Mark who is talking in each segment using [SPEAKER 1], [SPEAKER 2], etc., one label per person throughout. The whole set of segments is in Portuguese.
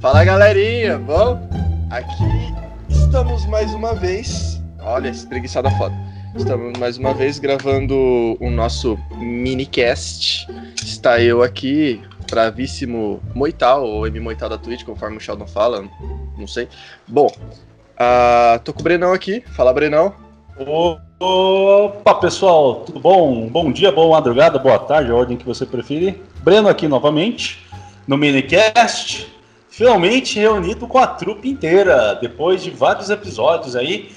[SPEAKER 1] Fala galerinha, bom? Aqui estamos mais uma vez. Olha, espreguiçada foda. Estamos mais uma vez gravando o nosso minicast. Está eu aqui, bravíssimo Moital, ou M Moital da Twitch, conforme o Sheldon fala, não sei. Bom, ah, tô com o Brenão aqui. Fala, Brenão.
[SPEAKER 2] Opa, pessoal, tudo bom? Bom dia, boa madrugada, boa tarde, a ordem que você preferir. Breno aqui novamente, no minicast, finalmente reunido com a trupe inteira, depois de vários episódios aí.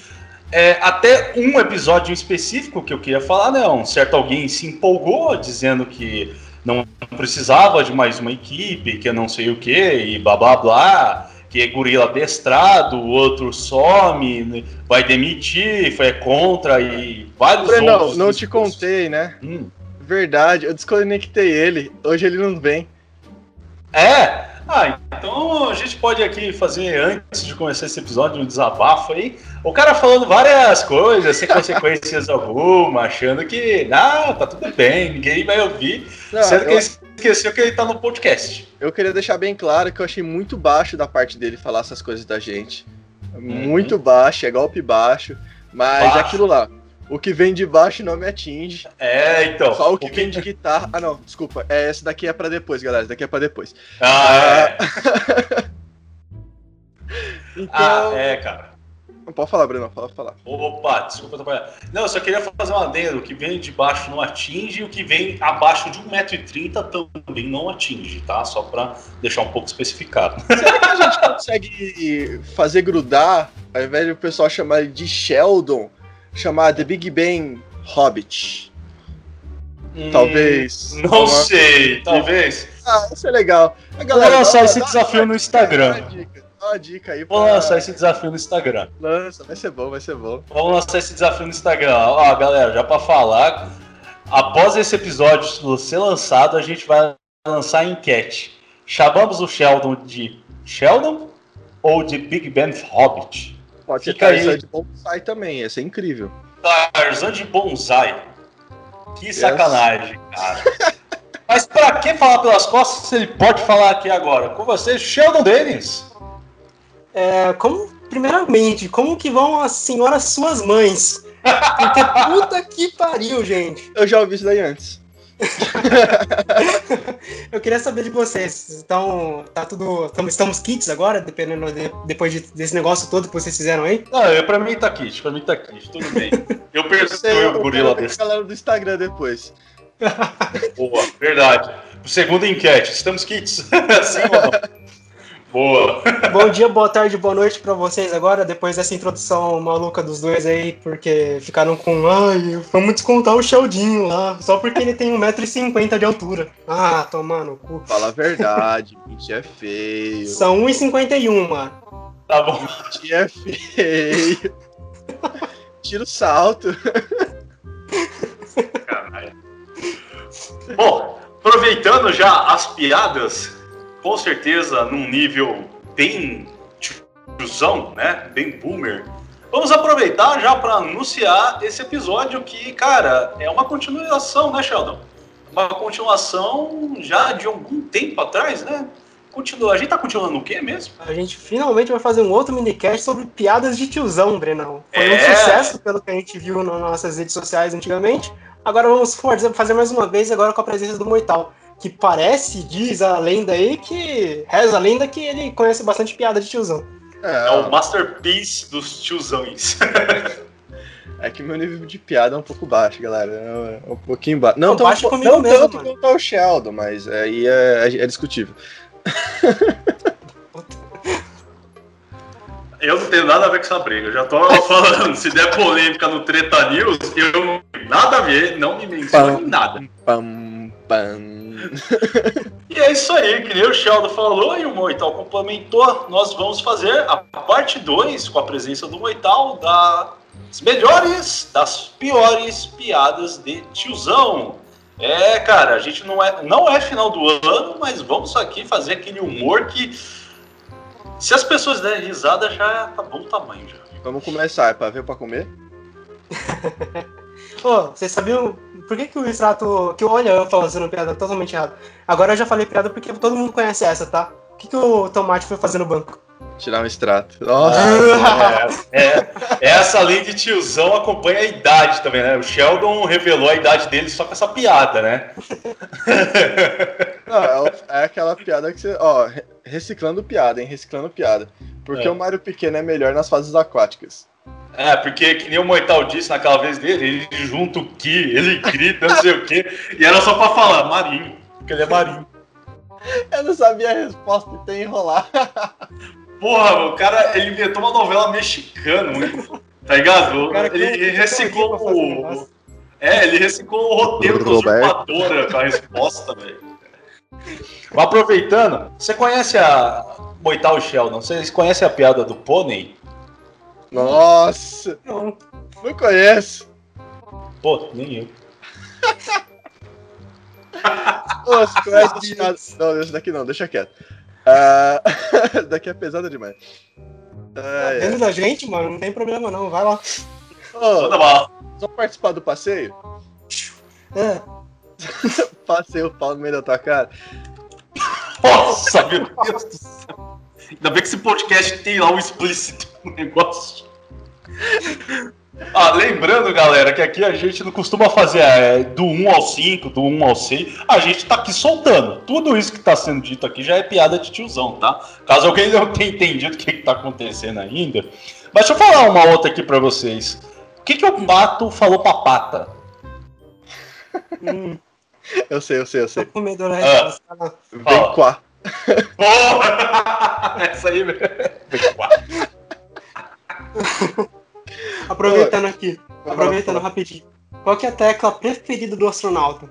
[SPEAKER 2] É, até um episódio específico que eu queria falar, né? Um certo alguém se empolgou dizendo que não precisava de mais uma equipe, que eu não sei o que, e blá blá blá, que é gorila adestrado, o outro some, né, vai demitir, foi contra e vários
[SPEAKER 1] Brenão,
[SPEAKER 2] outros.
[SPEAKER 1] não te contei, né?
[SPEAKER 2] Hum.
[SPEAKER 1] Verdade, eu desconectei ele. Hoje ele não vem.
[SPEAKER 2] É? Ah, então a gente pode aqui fazer, antes de começar esse episódio, um desabafo aí. O cara falando várias coisas, sem consequências alguma, achando que, não, tá tudo bem, ninguém vai ouvir.
[SPEAKER 1] Não,
[SPEAKER 2] sendo que
[SPEAKER 1] eu-
[SPEAKER 2] ele esqueceu que ele tá no podcast.
[SPEAKER 1] Eu queria deixar bem claro que eu achei muito baixo da parte dele falar essas coisas da gente. Muito baixo, é golpe baixo. Mas
[SPEAKER 2] Uhum. Baixo.
[SPEAKER 1] é aquilo lá. O que vem de baixo não me atinge.
[SPEAKER 2] É, então.
[SPEAKER 1] Só o que
[SPEAKER 2] o que-
[SPEAKER 1] vem de guitarra. Ah, não, desculpa. É, esse daqui é pra depois, galera. Esse daqui é pra depois.
[SPEAKER 2] Ah, é,
[SPEAKER 1] Então.
[SPEAKER 2] ah, é, cara.
[SPEAKER 1] Pode falar, Bruno, pode falar.
[SPEAKER 2] Opa, desculpa atrapalhar. Não, eu só queria fazer uma adendo. O que vem de baixo não atinge, e o que vem abaixo de 1,30m também não atinge, tá? Só pra deixar um pouco especificado.
[SPEAKER 1] Consegue fazer grudar, ao invés do pessoal chamar ele de Sheldon, chamar The Big Bang Hobbit.
[SPEAKER 2] Hum,
[SPEAKER 1] Talvez.
[SPEAKER 2] Não
[SPEAKER 1] Uma-
[SPEAKER 2] sei, Tá. talvez.
[SPEAKER 1] Ah, isso é legal. A
[SPEAKER 2] Vou lançar
[SPEAKER 1] dá-
[SPEAKER 2] esse
[SPEAKER 1] dá-
[SPEAKER 2] desafio no
[SPEAKER 1] Dá uma
[SPEAKER 2] Instagram.
[SPEAKER 1] dica, dá uma dica aí.
[SPEAKER 2] Vou
[SPEAKER 1] pra-
[SPEAKER 2] lançar esse desafio no Instagram.
[SPEAKER 1] Lança, vai ser bom, vai ser bom.
[SPEAKER 2] Vamos lançar esse desafio no Instagram. Ó, galera, já pra falar, após esse episódio ser lançado, a gente vai lançar a enquete. Chamamos o Sheldon de Sheldon ou de Big Ben Hobbit?
[SPEAKER 1] Pode ser
[SPEAKER 2] Fica aí.
[SPEAKER 1] Tarzan de bonsai também, ia ser incrível.
[SPEAKER 2] Tarzan de Bonsai. Que sacanagem, cara. Mas pra que falar pelas costas se ele pode falar aqui agora? Com vocês, Sheldon Dennis.
[SPEAKER 3] É, como, primeiramente, como que vão as senhoras suas mães? Porque puta que pariu, gente.
[SPEAKER 1] Eu já ouvi isso daí antes.
[SPEAKER 3] Eu queria saber de vocês. Então, tá tudo. tamo- estamos kits agora, dependendo de- depois de- desse negócio todo que vocês fizeram aí.
[SPEAKER 2] Não, eu, pra mim tá kit, pra mim tá kit, tudo bem. Eu
[SPEAKER 1] Eu
[SPEAKER 2] percebo o
[SPEAKER 1] quero
[SPEAKER 2] gorila
[SPEAKER 1] ver
[SPEAKER 2] desse.
[SPEAKER 1] a é galera do Instagram depois.
[SPEAKER 2] Boa, verdade. Segunda enquete, estamos kits? Sim ou não? Boa.
[SPEAKER 3] Bom dia, boa tarde, boa noite pra vocês agora, depois dessa introdução maluca dos dois aí, porque ficaram com. Ai, vamos descontar o Sheldinho lá, só porque ele tem 1,50m de altura. Ah, tomando o cu.
[SPEAKER 1] Fala a verdade, Mitch é feio.
[SPEAKER 3] São 1,51, mano.
[SPEAKER 2] Tá bom.
[SPEAKER 1] Mitch é feio. Tira o salto.
[SPEAKER 2] Bom, aproveitando já as piadas, com certeza num nível bem tiozão, né? Bem boomer. Vamos aproveitar já para anunciar esse episódio que, cara, é uma continuação, né, Sheldon? Uma continuação já de algum tempo atrás, né? Continua. A gente tá continuando o quê mesmo?
[SPEAKER 3] A gente finalmente vai fazer um outro minicast sobre piadas de tiozão, Brenão. Foi um
[SPEAKER 2] É.
[SPEAKER 3] sucesso, pelo que a gente viu nas nossas redes sociais antigamente. Agora vamos fazer fazer mais uma vez, agora com a presença do Moital, que parece, diz a lenda aí, que reza a lenda que ele conhece bastante piada de tiozão.
[SPEAKER 2] É o
[SPEAKER 1] É,
[SPEAKER 2] masterpiece dos tiozões.
[SPEAKER 1] é que meu nível de piada é um pouco baixo, galera. É um- é um pouquinho baixo. Não,
[SPEAKER 3] Não,
[SPEAKER 1] tão,
[SPEAKER 3] baixo
[SPEAKER 1] não
[SPEAKER 3] comigo mesmo,
[SPEAKER 1] tanto
[SPEAKER 3] mano.
[SPEAKER 1] quanto o Sheldon, mas aí é, é- é discutível.
[SPEAKER 2] Eu não tenho nada a ver com essa briga. Eu já tô falando, se der polêmica no Treta News, eu não tenho nada a ver, não me mencione em nada.
[SPEAKER 1] Pam, pam.
[SPEAKER 2] E é isso aí, que nem o Sheldon falou e o Moital complementou. Nós vamos fazer a parte 2 com a presença do Moital das melhores, das piores piadas de tiozão. É, cara, a gente não é, não é final do ano, mas vamos aqui fazer aquele humor que se as pessoas derem risada já tá bom tamanho já.
[SPEAKER 1] Vamos começar, é pra ver ou pra comer?
[SPEAKER 3] Pô, vocês sabiam por que, que o extrato. Que olha, eu fazendo piada totalmente errada. Agora eu já falei piada porque todo mundo conhece essa, tá? O que, que o Tomate foi fazer no banco?
[SPEAKER 1] Tirar um extrato. Nossa.
[SPEAKER 2] É, é, essa lei de tiozão acompanha a idade também, né? O Sheldon revelou a idade dele só com essa piada, né?
[SPEAKER 1] Não, é, o- é aquela piada que você. Ó, re- reciclando piada, hein? Reciclando piada. Porque
[SPEAKER 2] É.
[SPEAKER 1] o Mario Pequeno é melhor nas fases aquáticas.
[SPEAKER 2] É, porque que nem o Moital disse naquela vez dele, ele junta o Ki, ele grita, não sei o quê, e era só pra falar marinho, porque ele é marinho.
[SPEAKER 1] Eu não sabia a resposta, tentei enrolar.
[SPEAKER 2] Porra, meu, o cara ele inventou uma novela mexicana, mano. tá ligado? ele ele reciclou
[SPEAKER 3] um
[SPEAKER 2] o. É, ele reciclou o roteiro da
[SPEAKER 1] Roberto.
[SPEAKER 2] usurpadora com a resposta, velho. Aproveitando, você conhece a Moital Sheldon? Vocês conhecem a piada do pônei?
[SPEAKER 1] Nossa,
[SPEAKER 3] Não, tá
[SPEAKER 1] não conheço.
[SPEAKER 2] Pô, nem eu.
[SPEAKER 1] Ô, Você conhece de nada. Não, esse daqui não, deixa quieto. Ah, esse daqui é pesado demais.
[SPEAKER 3] tá
[SPEAKER 2] É.
[SPEAKER 1] Ai, ai.
[SPEAKER 3] dentro da gente, mano, não tem problema não, vai lá.
[SPEAKER 1] Ô,
[SPEAKER 2] Manda bala.
[SPEAKER 1] só participar do passeio?
[SPEAKER 3] É,
[SPEAKER 1] Passei o pau no meio da tua cara.
[SPEAKER 2] Nossa, meu Deus do céu. Ainda bem que esse podcast tem lá um explícito no negócio. Ah, lembrando, galera, que aqui a gente não costuma fazer é, do 1 ao 5, do 1 ao 6. A gente tá aqui soltando. Tudo isso que tá sendo dito aqui já é piada de tiozão, tá? Caso alguém não tenha entendido o que, que tá acontecendo ainda. Mas deixa eu falar uma outra aqui pra vocês. O que, que o Mato falou pra pata?
[SPEAKER 3] hum,
[SPEAKER 1] Eu sei, eu sei, eu
[SPEAKER 3] tô
[SPEAKER 1] sei.
[SPEAKER 3] com medo, né?
[SPEAKER 2] Ah.
[SPEAKER 3] Fala,
[SPEAKER 1] Vem quá.
[SPEAKER 2] Porra! Essa aí, velho.
[SPEAKER 3] Aproveitando aqui,
[SPEAKER 1] Ah, tá
[SPEAKER 3] aproveitando rapidinho. Qual que é a tecla preferida do astronauta?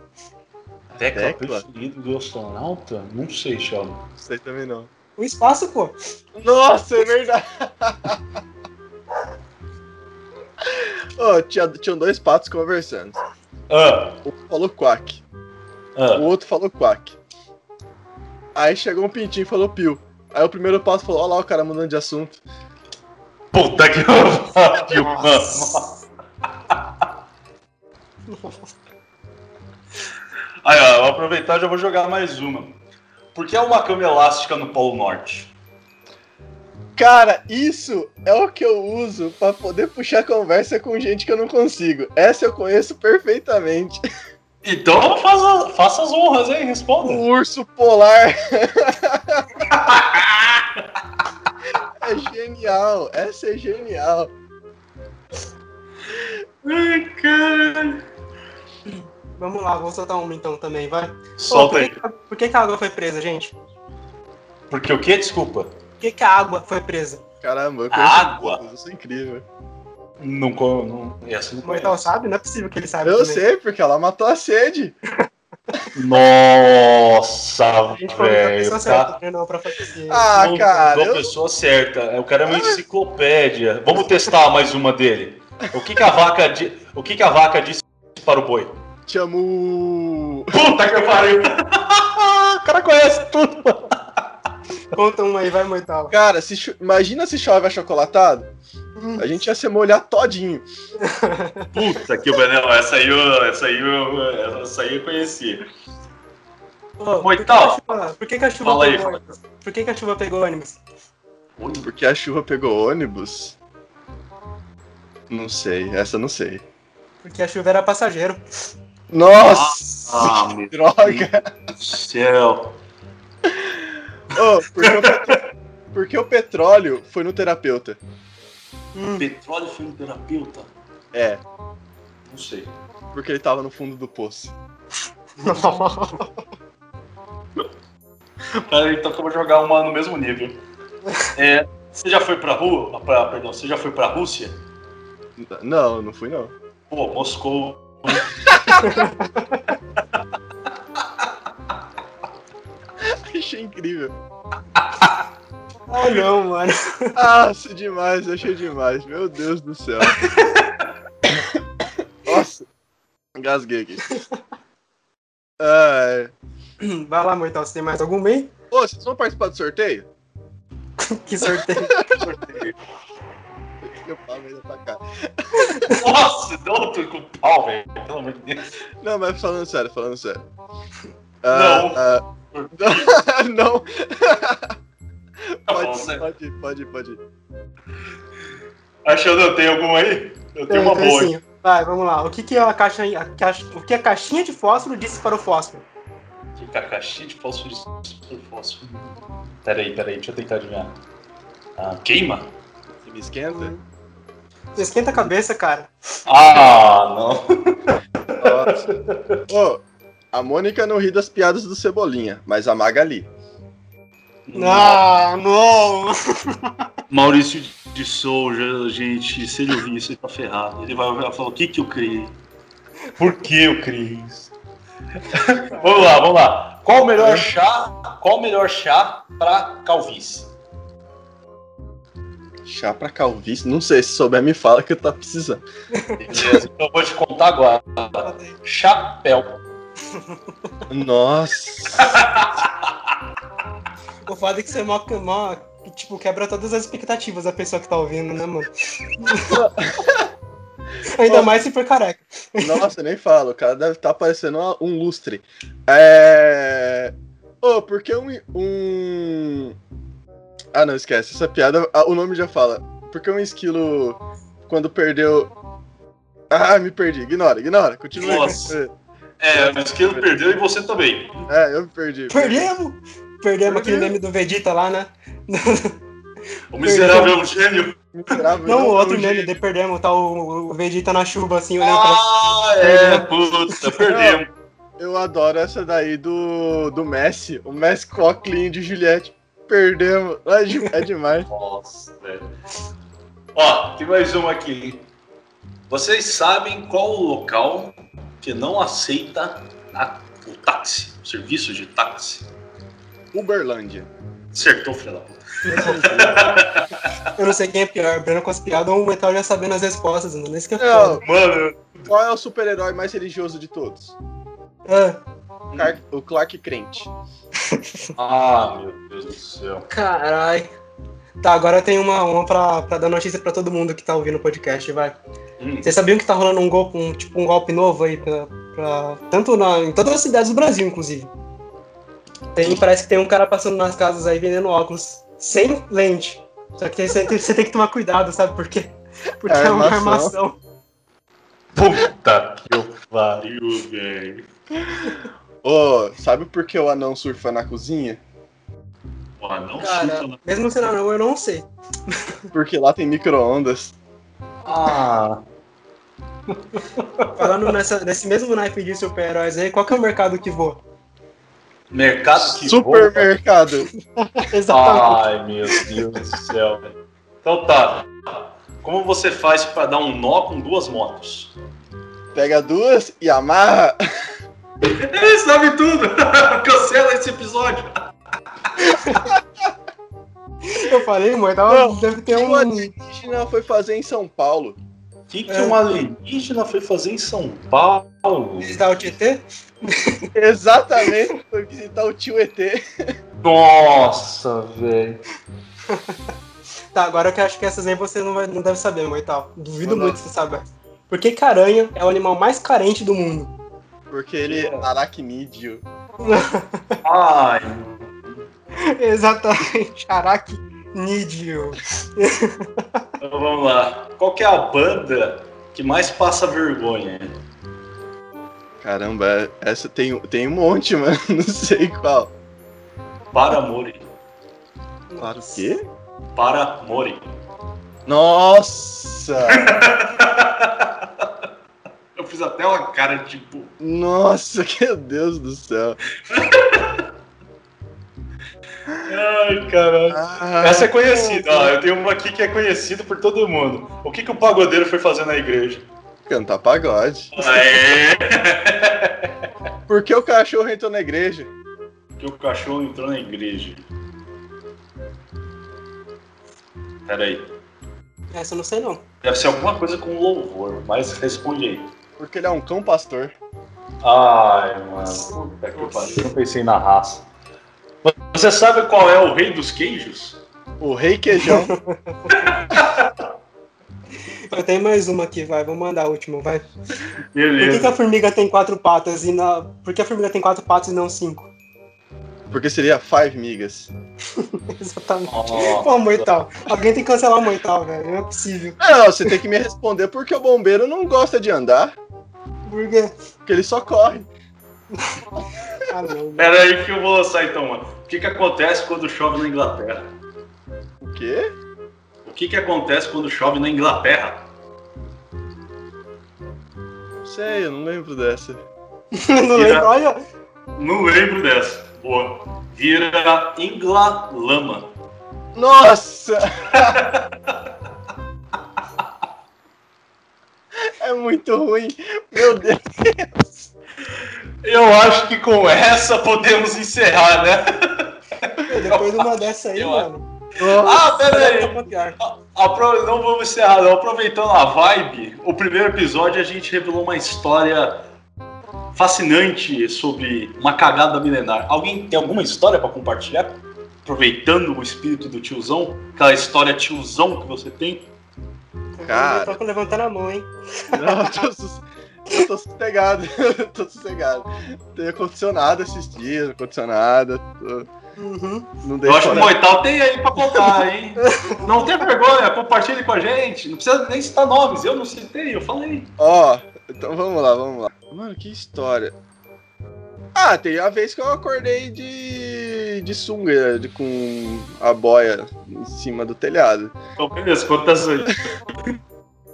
[SPEAKER 2] Tecla,
[SPEAKER 1] Tecla?
[SPEAKER 2] preferida do astronauta? Não sei, Sheldon.
[SPEAKER 1] Não sei também não.
[SPEAKER 3] O espaço, pô.
[SPEAKER 1] Nossa, é verdade. Ô, tinha, tinham dois patos conversando.
[SPEAKER 2] Ah,
[SPEAKER 1] Um falou quack, o
[SPEAKER 2] ah.
[SPEAKER 1] outro falou quack. Aí chegou um pintinho e falou pio. Aí o primeiro pato falou, ó lá o cara mudando de assunto.
[SPEAKER 2] Puta que pariu, mano.
[SPEAKER 3] Nossa.
[SPEAKER 2] Aí, ó, vou aproveitar e já vou jogar mais uma. Por que há uma cama elástica no Polo Norte?
[SPEAKER 1] Cara, isso é o que eu uso pra poder puxar conversa com gente que eu não consigo. Essa eu conheço perfeitamente.
[SPEAKER 2] Então faça, faça as honras aí,
[SPEAKER 1] O
[SPEAKER 2] responda.
[SPEAKER 1] Um urso polar. é genial, essa é genial.
[SPEAKER 2] Ai, caralho.
[SPEAKER 3] Vamos lá, vou soltar uma então também, vai. Pô,
[SPEAKER 2] Solta
[SPEAKER 3] por
[SPEAKER 2] aí.
[SPEAKER 3] que que a- Por que, que a água foi presa, gente?
[SPEAKER 2] Porque o quê? Desculpa.
[SPEAKER 3] Por que, que a água foi presa?
[SPEAKER 1] Caramba, eu conheço
[SPEAKER 2] Água?
[SPEAKER 1] tudo, isso é incrível.
[SPEAKER 2] Não, co- não, assim. essa não
[SPEAKER 3] O Mortal
[SPEAKER 2] conheço.
[SPEAKER 3] sabe? Não é possível que ele saiba.
[SPEAKER 1] Eu
[SPEAKER 3] também.
[SPEAKER 1] sei, porque ela matou a sede.
[SPEAKER 2] Nossa,
[SPEAKER 3] A gente falou da
[SPEAKER 2] velho.
[SPEAKER 3] pessoa
[SPEAKER 2] tá-
[SPEAKER 3] certa, né, não, pra fazer.
[SPEAKER 1] Ah,
[SPEAKER 2] Não,
[SPEAKER 1] cara,
[SPEAKER 2] Da
[SPEAKER 1] eu-
[SPEAKER 2] pessoa certa. O cara é uma enciclopédia. Vamos testar mais uma dele. O que, que a vaca di... o que, que a vaca disse para o boi?
[SPEAKER 1] te amo.
[SPEAKER 2] Puta que pariu! o cara conhece tudo.
[SPEAKER 3] Conta uma aí, vai, Mortal.
[SPEAKER 1] Cara, se cho- imagina se chove achocolatado.
[SPEAKER 3] Hum.
[SPEAKER 1] A gente ia se molhar todinho.
[SPEAKER 2] Puta que pariu. Não, Essa aí eu, essa aí eu, essa aí eu conheci.
[SPEAKER 3] Ô,
[SPEAKER 2] Mortal.
[SPEAKER 3] Por que que a chuva- por que, que a chuva
[SPEAKER 2] Fala aí,
[SPEAKER 3] pegou ônibus? Por que,
[SPEAKER 1] Porque
[SPEAKER 3] que a chuva pegou ônibus?
[SPEAKER 1] a chuva pegou ônibus. Não sei, essa eu não sei.
[SPEAKER 3] Porque a chuva era passageiro.
[SPEAKER 1] Nossa,
[SPEAKER 2] Ah, meu
[SPEAKER 1] droga.
[SPEAKER 2] Deus do céu.
[SPEAKER 1] Ô, porque, o petro- porque o petróleo foi no terapeuta.
[SPEAKER 3] Hum,
[SPEAKER 2] Petróleo foi um terapeuta?
[SPEAKER 1] É,
[SPEAKER 2] Não sei.
[SPEAKER 1] porque ele tava no fundo do poço.
[SPEAKER 3] Ah,
[SPEAKER 2] Cara, então que eu vou jogar uma no mesmo nível. É, você já foi pra rua? Pra, perdão, você já foi pra Rússia?
[SPEAKER 1] Não, não fui não.
[SPEAKER 2] Pô, Moscou.
[SPEAKER 1] Achei incrível.
[SPEAKER 3] ah, não, mano.
[SPEAKER 1] Ah, isso é demais, eu achei demais. Meu Deus do céu. Nossa, engasguei aqui. Ai.
[SPEAKER 3] Hum, Vai lá, Mortal, você tem mais alguma aí?
[SPEAKER 1] Ô, vocês vão participar do sorteio?
[SPEAKER 3] Que sorteio.
[SPEAKER 1] Eu falo ainda pra cá.
[SPEAKER 2] Nossa, deu outro com o pau, velho. Pelo amor de Deus.
[SPEAKER 1] Não, mas falando sério, falando sério.
[SPEAKER 2] Não.
[SPEAKER 1] Ah, ah, não. Pode,
[SPEAKER 2] bom, né?
[SPEAKER 1] pode, pode, pode.
[SPEAKER 2] A Sheldon tem alguma aí? Eu tenho uma
[SPEAKER 3] Então,
[SPEAKER 2] boa.
[SPEAKER 3] assim, Vai, vamos lá. O que, que é a caixa, a caixa- o que a caixinha de fósforo disse para o fósforo?
[SPEAKER 2] aqui. Kakashi de fósforo de fósforo. Peraí, peraí, deixa eu tentar adivinhar. Ah, queima?
[SPEAKER 1] Você me esquenta?
[SPEAKER 3] Você esquenta a cabeça, cara.
[SPEAKER 2] Ah, não.
[SPEAKER 1] Ó, a Mônica não ri das piadas do Cebolinha, mas a Magali.
[SPEAKER 3] Ah, não!
[SPEAKER 2] Maurício de Souza, gente, se ele ouvir isso, ele tá ferrado. Ele vai vai falar o que que eu criei. Por que eu criei isso?
[SPEAKER 4] Vamos lá, vamos lá. Qual o
[SPEAKER 2] É.
[SPEAKER 4] melhor chá? Qual o melhor chá pra calvície?
[SPEAKER 1] Chá pra calvície, não sei, se souber me fala que eu tá precisando.
[SPEAKER 4] Beleza, então eu vou te contar agora. Chapéu.
[SPEAKER 1] Nossa,
[SPEAKER 3] O foda é que você mó, mó, tipo, quebra todas as expectativas da pessoa que tá ouvindo, né, mano? Ainda mais se for careca.
[SPEAKER 1] nossa, nem falo, o cara deve estar parecendo uma- um lustre. É. Ô, por que um, um. Ah, não, esquece, essa piada, ah, o nome já fala. Por que um esquilo, quando perdeu. Ah, me perdi, ignora, ignora, continua.
[SPEAKER 2] Nossa. É, o esquilo perdeu e você também.
[SPEAKER 1] É, eu me perdi.
[SPEAKER 3] Perdemos! Perdemos aquele
[SPEAKER 1] Perdemos.
[SPEAKER 3] meme do Vegeta lá, né?
[SPEAKER 2] O miserável é um gênio.
[SPEAKER 1] Miserável,
[SPEAKER 3] Não, o outro
[SPEAKER 1] fugi.
[SPEAKER 3] meme de perdemos, tá o, o Vegeta na chuva, assim, olhando pra...
[SPEAKER 2] Ah, é, puta, perdemos.
[SPEAKER 1] Eu adoro essa daí do, do Messi. O Messi com o óculos de Juliette. Perdemos. É, de- é demais.
[SPEAKER 2] Nossa, velho. Ó, tem mais um aqui. Vocês sabem qual o local que não aceita a- o táxi, o serviço de táxi?
[SPEAKER 1] Uberlândia.
[SPEAKER 2] Acertou, filha da puta.
[SPEAKER 3] Eu não sei quem é pior, Breno com as piadas ou o Metal já sabendo as respostas, mano. Isso que é foda.
[SPEAKER 1] Não,
[SPEAKER 2] Mano,
[SPEAKER 1] qual é o super-herói mais religioso de todos?
[SPEAKER 3] Ah,
[SPEAKER 1] Car- o Clark Crente.
[SPEAKER 2] ah, meu Deus do céu.
[SPEAKER 3] Caralho. Tá, agora tem uma, uma pra, pra dar notícia pra todo mundo que tá ouvindo o podcast, vai.
[SPEAKER 2] Hum,
[SPEAKER 3] Vocês sabiam que tá rolando um golpe, um, tipo, um golpe novo aí pra, pra- tanto na, em todas as cidades do Brasil, inclusive. Tem, parece que tem um cara passando nas casas aí vendendo óculos sem lente. Só que você tem, você tem que tomar cuidado, sabe por quê? Porque é uma
[SPEAKER 1] Armação.
[SPEAKER 3] armação.
[SPEAKER 2] Puta que eu pariu, velho.
[SPEAKER 1] Ô, sabe por que o anão surfa na cozinha?
[SPEAKER 2] Ó, não
[SPEAKER 3] Cara,
[SPEAKER 2] chuta.
[SPEAKER 3] mesmo sendo não, eu não sei.
[SPEAKER 1] Porque lá tem micro-ondas.
[SPEAKER 4] Ah,
[SPEAKER 3] Falando nessa, nesse mesmo naipe de super-heróis aí, qual que é o mercado que voa?
[SPEAKER 2] Mercado que voa.
[SPEAKER 1] Supermercado.
[SPEAKER 4] Então
[SPEAKER 3] Exatamente.
[SPEAKER 4] ai meu Deus do céu. velho.
[SPEAKER 2] Então tá. Como você faz pra dar um nó com duas motos?
[SPEAKER 1] Pega duas e amarra.
[SPEAKER 2] Ele sabe tudo. Cancela esse episódio.
[SPEAKER 3] Eu falei, mano,
[SPEAKER 1] Não,
[SPEAKER 3] deve ter
[SPEAKER 1] O
[SPEAKER 3] um...
[SPEAKER 1] alienígena foi fazer em São Paulo.
[SPEAKER 2] O que, que
[SPEAKER 3] É.
[SPEAKER 2] um alienígena foi fazer em São Paulo?
[SPEAKER 3] Visitar o Tietê?
[SPEAKER 1] Exatamente. Foi visitar o tio ET.
[SPEAKER 4] Nossa, velho.
[SPEAKER 3] Tá, agora que eu acho que essas aí você não, vai, não deve saber, Moital. Duvido
[SPEAKER 1] Manda.
[SPEAKER 3] muito que você saiba. Por que que a aranha é o animal mais carente do mundo?
[SPEAKER 1] Porque ele é aracnídeo.
[SPEAKER 2] Ai,
[SPEAKER 3] Exatamente, Araki Nidio.
[SPEAKER 2] então vamos lá. Qual que é a banda que mais passa vergonha?
[SPEAKER 1] Caramba, essa tem, tem um monte, mano. Não sei qual.
[SPEAKER 2] Paramore.
[SPEAKER 1] Claro que.
[SPEAKER 2] Paramore.
[SPEAKER 1] Nossa!
[SPEAKER 2] Eu fiz até uma cara tipo.
[SPEAKER 1] Nossa, meu Deus do céu.
[SPEAKER 2] Ai, caralho. Essa é conhecida.
[SPEAKER 1] Ah,
[SPEAKER 2] ó. eu tenho uma aqui que é conhecida por todo mundo. O que, que o pagodeiro foi fazer na igreja?
[SPEAKER 1] Cantar pagode.
[SPEAKER 2] É.
[SPEAKER 1] Por que o cachorro entrou na igreja?
[SPEAKER 2] Que o cachorro entrou na igreja. Peraí.
[SPEAKER 1] é.
[SPEAKER 3] Essa eu não sei não.
[SPEAKER 2] Deve ser alguma coisa com louvor, mas responde aí.
[SPEAKER 1] Porque ele é um cão pastor.
[SPEAKER 2] Ai, mano. Puta que pariu. Eu não pensei na raça. Você sabe qual é o rei dos queijos?
[SPEAKER 1] O rei queijão.
[SPEAKER 3] Eu tenho mais uma aqui, vai. Vou mandar a última, vai. Por que, que
[SPEAKER 2] Beleza.
[SPEAKER 3] a formiga tem quatro patas e na. Por que a formiga tem quatro patas e não cinco?
[SPEAKER 1] porque seria Five Migas.
[SPEAKER 3] Exatamente.
[SPEAKER 2] Nossa.
[SPEAKER 3] Pô, Moital. Alguém tem que cancelar o Moital, velho. Não é possível.
[SPEAKER 1] Ah, não, você tem que me responder porque o bombeiro não gosta de andar,
[SPEAKER 3] Porque.
[SPEAKER 1] porque ele só corre.
[SPEAKER 3] Ah, não.
[SPEAKER 2] Pera aí que eu vou lançar então, mano. O que que acontece quando chove na Inglaterra?
[SPEAKER 1] O quê?
[SPEAKER 2] O que que acontece quando chove na Inglaterra?
[SPEAKER 1] Não sei, eu não lembro dessa.
[SPEAKER 3] Não lembro. Olha,
[SPEAKER 2] Não lembro dessa. Boa. Vira Ingla Lama.
[SPEAKER 1] Nossa! é muito ruim. Meu Deus.
[SPEAKER 2] Eu acho que com essa podemos encerrar, né?
[SPEAKER 3] depois de uma dessa aí,
[SPEAKER 2] Eu-
[SPEAKER 3] mano.
[SPEAKER 2] Ah, pera aí.
[SPEAKER 3] Tá pra pior.
[SPEAKER 2] Apro- Não vamos encerrar, não. Aproveitando a vibe, o primeiro episódio a gente revelou uma história fascinante sobre uma cagada milenar. Alguém tem alguma história pra compartilhar? Aproveitando o espírito do tiozão, aquela história tiozão que você tem.
[SPEAKER 1] Cara.
[SPEAKER 3] Eu tô levantando a mão, hein?
[SPEAKER 1] Não, eu tô, sus- eu tô sossegado. Eu tô sossegado. Tem condicionado esses dias, condicionado.
[SPEAKER 3] Uhum.
[SPEAKER 1] Não
[SPEAKER 2] Eu
[SPEAKER 1] deixa
[SPEAKER 2] acho que o Moital tem aí pra contar, hein? Não tem vergonha, compartilhe com a gente. Não precisa nem citar nomes, eu não citei, eu falei.
[SPEAKER 1] Ó, então vamos lá, vamos lá. Mano, que história. Ah, tem uma vez que eu acordei de, de sunga, de, com a boia em cima do telhado.
[SPEAKER 2] Então, beleza, conta essa aí.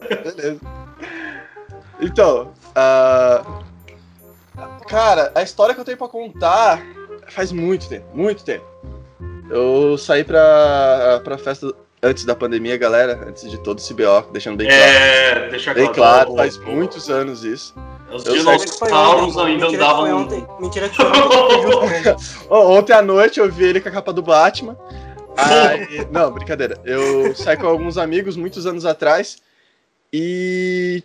[SPEAKER 1] Beleza. Então, ah, cara, a história que eu tenho pra contar faz muito tempo, muito tempo. Eu saí pra, pra festa antes da pandemia, galera, antes de todo esse BO, deixando bem claro.
[SPEAKER 2] É, deixa
[SPEAKER 1] Bem
[SPEAKER 2] claro.
[SPEAKER 1] claro, faz muitos anos isso.
[SPEAKER 2] Os
[SPEAKER 1] Eu sei
[SPEAKER 3] Mentira que foi ontem,
[SPEAKER 2] dinossauros
[SPEAKER 3] mano.
[SPEAKER 2] ainda um
[SPEAKER 3] Mentira que foi
[SPEAKER 2] andavam.
[SPEAKER 3] ontem. Mentira que foi ontem. que eu
[SPEAKER 1] Ó, Ontem à noite eu vi ele com a capa do Batman. Aí- não, brincadeira. Eu saí com alguns amigos muitos anos atrás e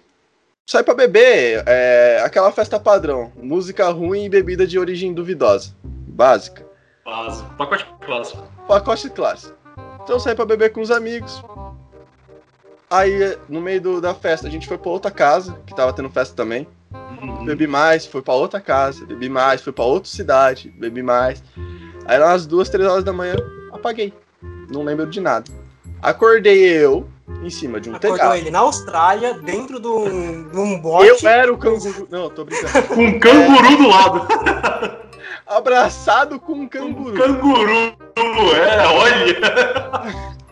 [SPEAKER 1] saí pra beber. é, aquela festa padrão. Música ruim e bebida de origem duvidosa. Básica.
[SPEAKER 2] Básico, pacote clássico.
[SPEAKER 1] Pacote clássico. Então eu saí pra beber com os amigos. Aí, no meio do- da festa, a gente foi pra outra casa, que tava tendo festa também. Bebi mais, fui pra outra casa, bebi mais, fui pra outra cidade, bebi mais. Aí lá umas duas, três horas da manhã, apaguei. Não lembro de nada. Acordei eu em cima de um
[SPEAKER 3] Acordou
[SPEAKER 1] telhado.
[SPEAKER 3] ele na Austrália, dentro de um, de um
[SPEAKER 1] Eu
[SPEAKER 3] bote.
[SPEAKER 1] era o canguru. Não, tô brincando.
[SPEAKER 2] Com um canguru do lado.
[SPEAKER 1] Abraçado com um
[SPEAKER 2] Um
[SPEAKER 1] canguru.
[SPEAKER 2] canguru, é, olha.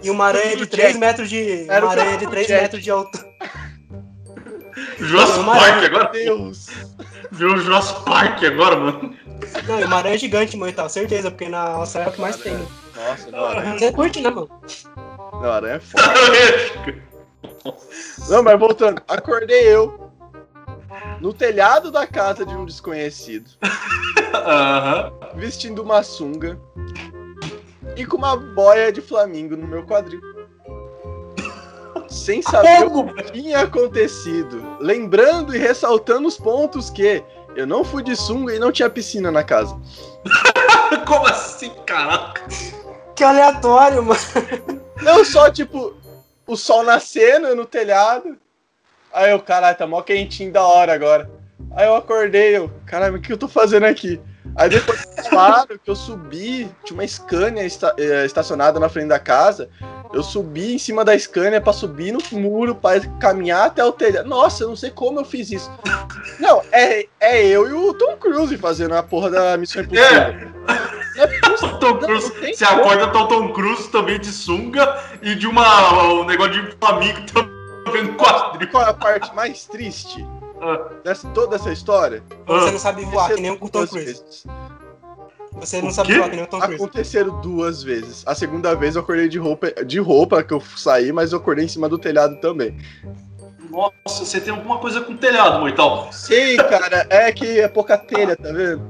[SPEAKER 3] E uma aranha de 3 metros de.
[SPEAKER 1] um Era o
[SPEAKER 3] Uma aranha de 3
[SPEAKER 1] Jack.
[SPEAKER 3] metros de altura.
[SPEAKER 2] Jurassic
[SPEAKER 3] Uma-
[SPEAKER 1] é.
[SPEAKER 2] Park agora.
[SPEAKER 1] Deus.
[SPEAKER 2] Virou Jurassic Park agora, mano.
[SPEAKER 3] Não, e uma aranha gigante, mano, tal, certeza, porque na Austrália é o que mais tem.
[SPEAKER 1] Nossa, não, aranha.
[SPEAKER 3] Você curte, né, mano?
[SPEAKER 1] Não, aranha é foda. Não, mas voltando. Acordei eu no telhado da casa de um desconhecido.
[SPEAKER 2] Aham.
[SPEAKER 1] vestindo uma sunga e com uma boia de flamingo no meu quadril. Sem saber o que tinha acontecido. Lembrando e ressaltando os pontos que eu não fui de sunga e não tinha piscina na casa.
[SPEAKER 2] Como assim, caraca?
[SPEAKER 3] Que aleatório, mano.
[SPEAKER 1] Não só, tipo, o sol nascendo no telhado. Aí eu, caralho, tá mó quentinho da hora agora. Aí eu acordei, eu, caralho, mas o que eu tô fazendo aqui? Aí depois, claro, que eu subi, tinha uma Scania esta- eh, estacionada na frente da casa. Eu subi em cima da Scania pra subir no muro, pra caminhar até o telhado. Nossa, eu não sei como eu fiz isso. Não, é, é eu e o Tom Cruise fazendo a porra da Missão Impossível. Não é possível.
[SPEAKER 2] É. Tom
[SPEAKER 1] Não,
[SPEAKER 2] Cruise.
[SPEAKER 1] não tem
[SPEAKER 2] Você
[SPEAKER 1] como.
[SPEAKER 2] acorda tá o Tom Cruise também de sunga e de uma, um negócio de flamingo também no quadril.
[SPEAKER 1] Qual é a parte mais triste
[SPEAKER 2] Ah.
[SPEAKER 1] dessa toda essa história?
[SPEAKER 3] Você
[SPEAKER 2] Ah,
[SPEAKER 3] não sabe voar, que nem o Tom
[SPEAKER 1] Duas
[SPEAKER 3] Cruise.
[SPEAKER 1] vezes.
[SPEAKER 3] Você
[SPEAKER 2] O
[SPEAKER 3] não sabe
[SPEAKER 2] quê?
[SPEAKER 3] voar, que nem o Tom
[SPEAKER 1] Ah,
[SPEAKER 3] Cruise.
[SPEAKER 1] Aconteceram duas vezes. A segunda vez eu acordei de roupa, de roupa que eu saí, mas eu acordei em cima do telhado também.
[SPEAKER 2] Nossa, você tem alguma coisa com telhado, Moital.
[SPEAKER 1] Sei, cara, é que é pouca telha, tá vendo?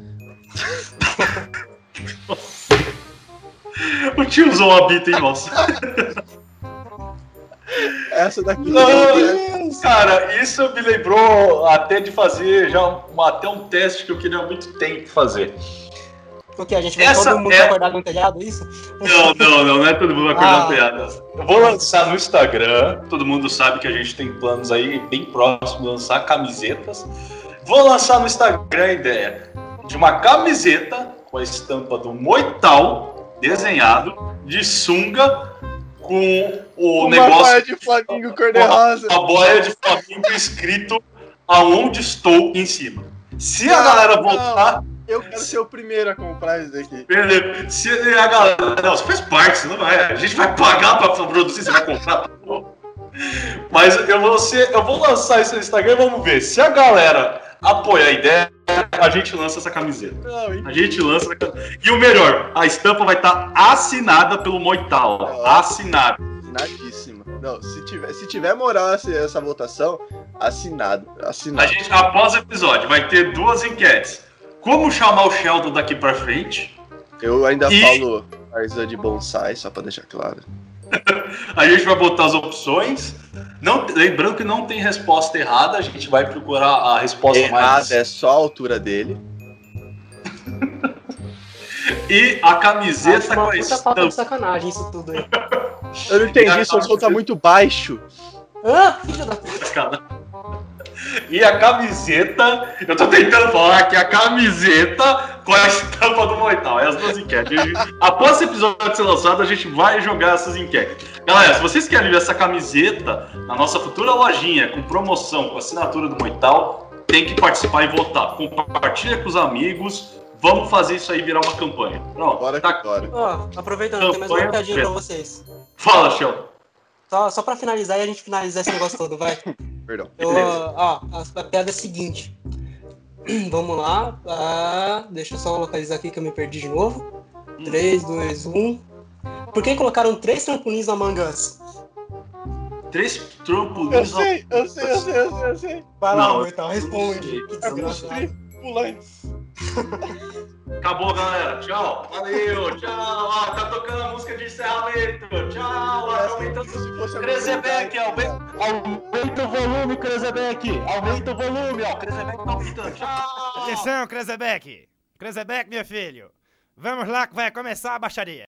[SPEAKER 2] O tiozão habita em nós.
[SPEAKER 1] Essa daqui.
[SPEAKER 2] Cara, isso me lembrou até de fazer já um- até um teste que eu queria há muito tempo fazer.
[SPEAKER 3] O que? A gente vê
[SPEAKER 2] Essa
[SPEAKER 3] todo mundo
[SPEAKER 2] é-
[SPEAKER 3] acordado no telhado, é isso?
[SPEAKER 2] Não, não, não, não é todo mundo
[SPEAKER 3] Ah.
[SPEAKER 2] acordar piadas. Eu vou lançar no Instagram. Todo mundo sabe que a gente tem planos aí bem próximo lançar camisetas. Vou lançar no Instagram a ideia de uma camiseta com a estampa do Moital desenhado de sunga com o
[SPEAKER 1] Uma
[SPEAKER 2] negócio
[SPEAKER 1] boia de Flamingo cor-de-rosa.
[SPEAKER 2] a boia de Flamengo escrito aonde estou em cima. Se a galera voltar,
[SPEAKER 1] Eu quero ser o primeiro a comprar isso daqui.
[SPEAKER 2] perdeu. Se a galera. Não, você faz parte, você não vai. A gente vai pagar pra produzir, você vai comprar. Não. Mas eu vou, ser- eu vou lançar isso no Instagram e vamos ver. Se a galera apoiar a ideia, a gente lança essa camiseta.
[SPEAKER 1] Não,
[SPEAKER 2] A gente lança essa camiseta. E o melhor, a estampa vai estar assinada pelo Moital. Assinada.
[SPEAKER 1] Assinadíssimo. Não, se tiver, se tiver moral essa, essa votação, assinado.
[SPEAKER 2] A
[SPEAKER 1] Assinado.
[SPEAKER 2] gente, após o episódio, vai ter duas enquetes. Como chamar o Sheldon daqui pra frente?
[SPEAKER 1] Eu ainda
[SPEAKER 2] E-
[SPEAKER 1] falo arza de bonsai, só pra deixar claro.
[SPEAKER 2] A gente vai botar as opções. Não, lembrando que não tem resposta errada, a gente vai procurar a resposta mais.
[SPEAKER 1] Errado é só a altura dele.
[SPEAKER 2] E a
[SPEAKER 3] Acho
[SPEAKER 2] camiseta
[SPEAKER 3] uma
[SPEAKER 2] com a
[SPEAKER 3] puta falta de
[SPEAKER 2] estampa.
[SPEAKER 3] sacanagem isso tudo aí.
[SPEAKER 1] Eu não entendi, seu som tá muito baixo.
[SPEAKER 3] Ah, filho da puta.
[SPEAKER 2] cara. E a camiseta. Eu tô tentando falar que a camiseta com a estampa do Moital. É as duas enquetes. A gente- após esse episódio ser lançado, a gente vai jogar essas enquetes. Galera, se vocês querem ver essa camiseta na nossa futura lojinha, com promoção, com assinatura do Moital, tem que participar e votar. Compartilha com os amigos. Vamos fazer isso aí virar uma campanha. Pronto.
[SPEAKER 1] Bora
[SPEAKER 2] tá-
[SPEAKER 1] que bora.
[SPEAKER 3] Ó, aproveitando, tem mais um
[SPEAKER 2] Campanha
[SPEAKER 3] recadinho
[SPEAKER 2] preta.
[SPEAKER 3] pra vocês.
[SPEAKER 2] Fala, Chão.
[SPEAKER 3] Só, só pra finalizar e a gente finalizar esse negócio todo, vai.
[SPEAKER 1] Perdão.
[SPEAKER 3] Eu,
[SPEAKER 2] Beleza.
[SPEAKER 3] ó, a, a piada é a seguinte. Vamos lá. Ah, deixa eu só localizar aqui que eu me perdi de novo.
[SPEAKER 2] Hum.
[SPEAKER 3] 3, 2, 1. Por que colocaram três trampolins na mangas?
[SPEAKER 2] Três
[SPEAKER 1] Eu
[SPEAKER 2] trampolins ao
[SPEAKER 1] sei, eu sei, eu sei, eu sei, eu sei.
[SPEAKER 3] Vai
[SPEAKER 2] Não,
[SPEAKER 3] lá, Mortal,
[SPEAKER 2] eu não
[SPEAKER 3] responde.
[SPEAKER 2] sei.
[SPEAKER 3] Que
[SPEAKER 1] É pros
[SPEAKER 3] desgraçado.
[SPEAKER 1] tripulantes.
[SPEAKER 2] Acabou, galera. Tchau. Valeu. Tchau. Ó, tá tocando a música de encerramento. Tchau. Aumenta
[SPEAKER 1] Se fosse a
[SPEAKER 2] Crezebeck,
[SPEAKER 1] oportunidade-
[SPEAKER 2] aumenta o volume, Crezebeck. Aumenta o volume, ó. Crezebeck tá aumentando. Tchau.
[SPEAKER 5] Atenção, Krezebeck! Krezebeck, meu filho! Vamos lá que vai começar a baixaria!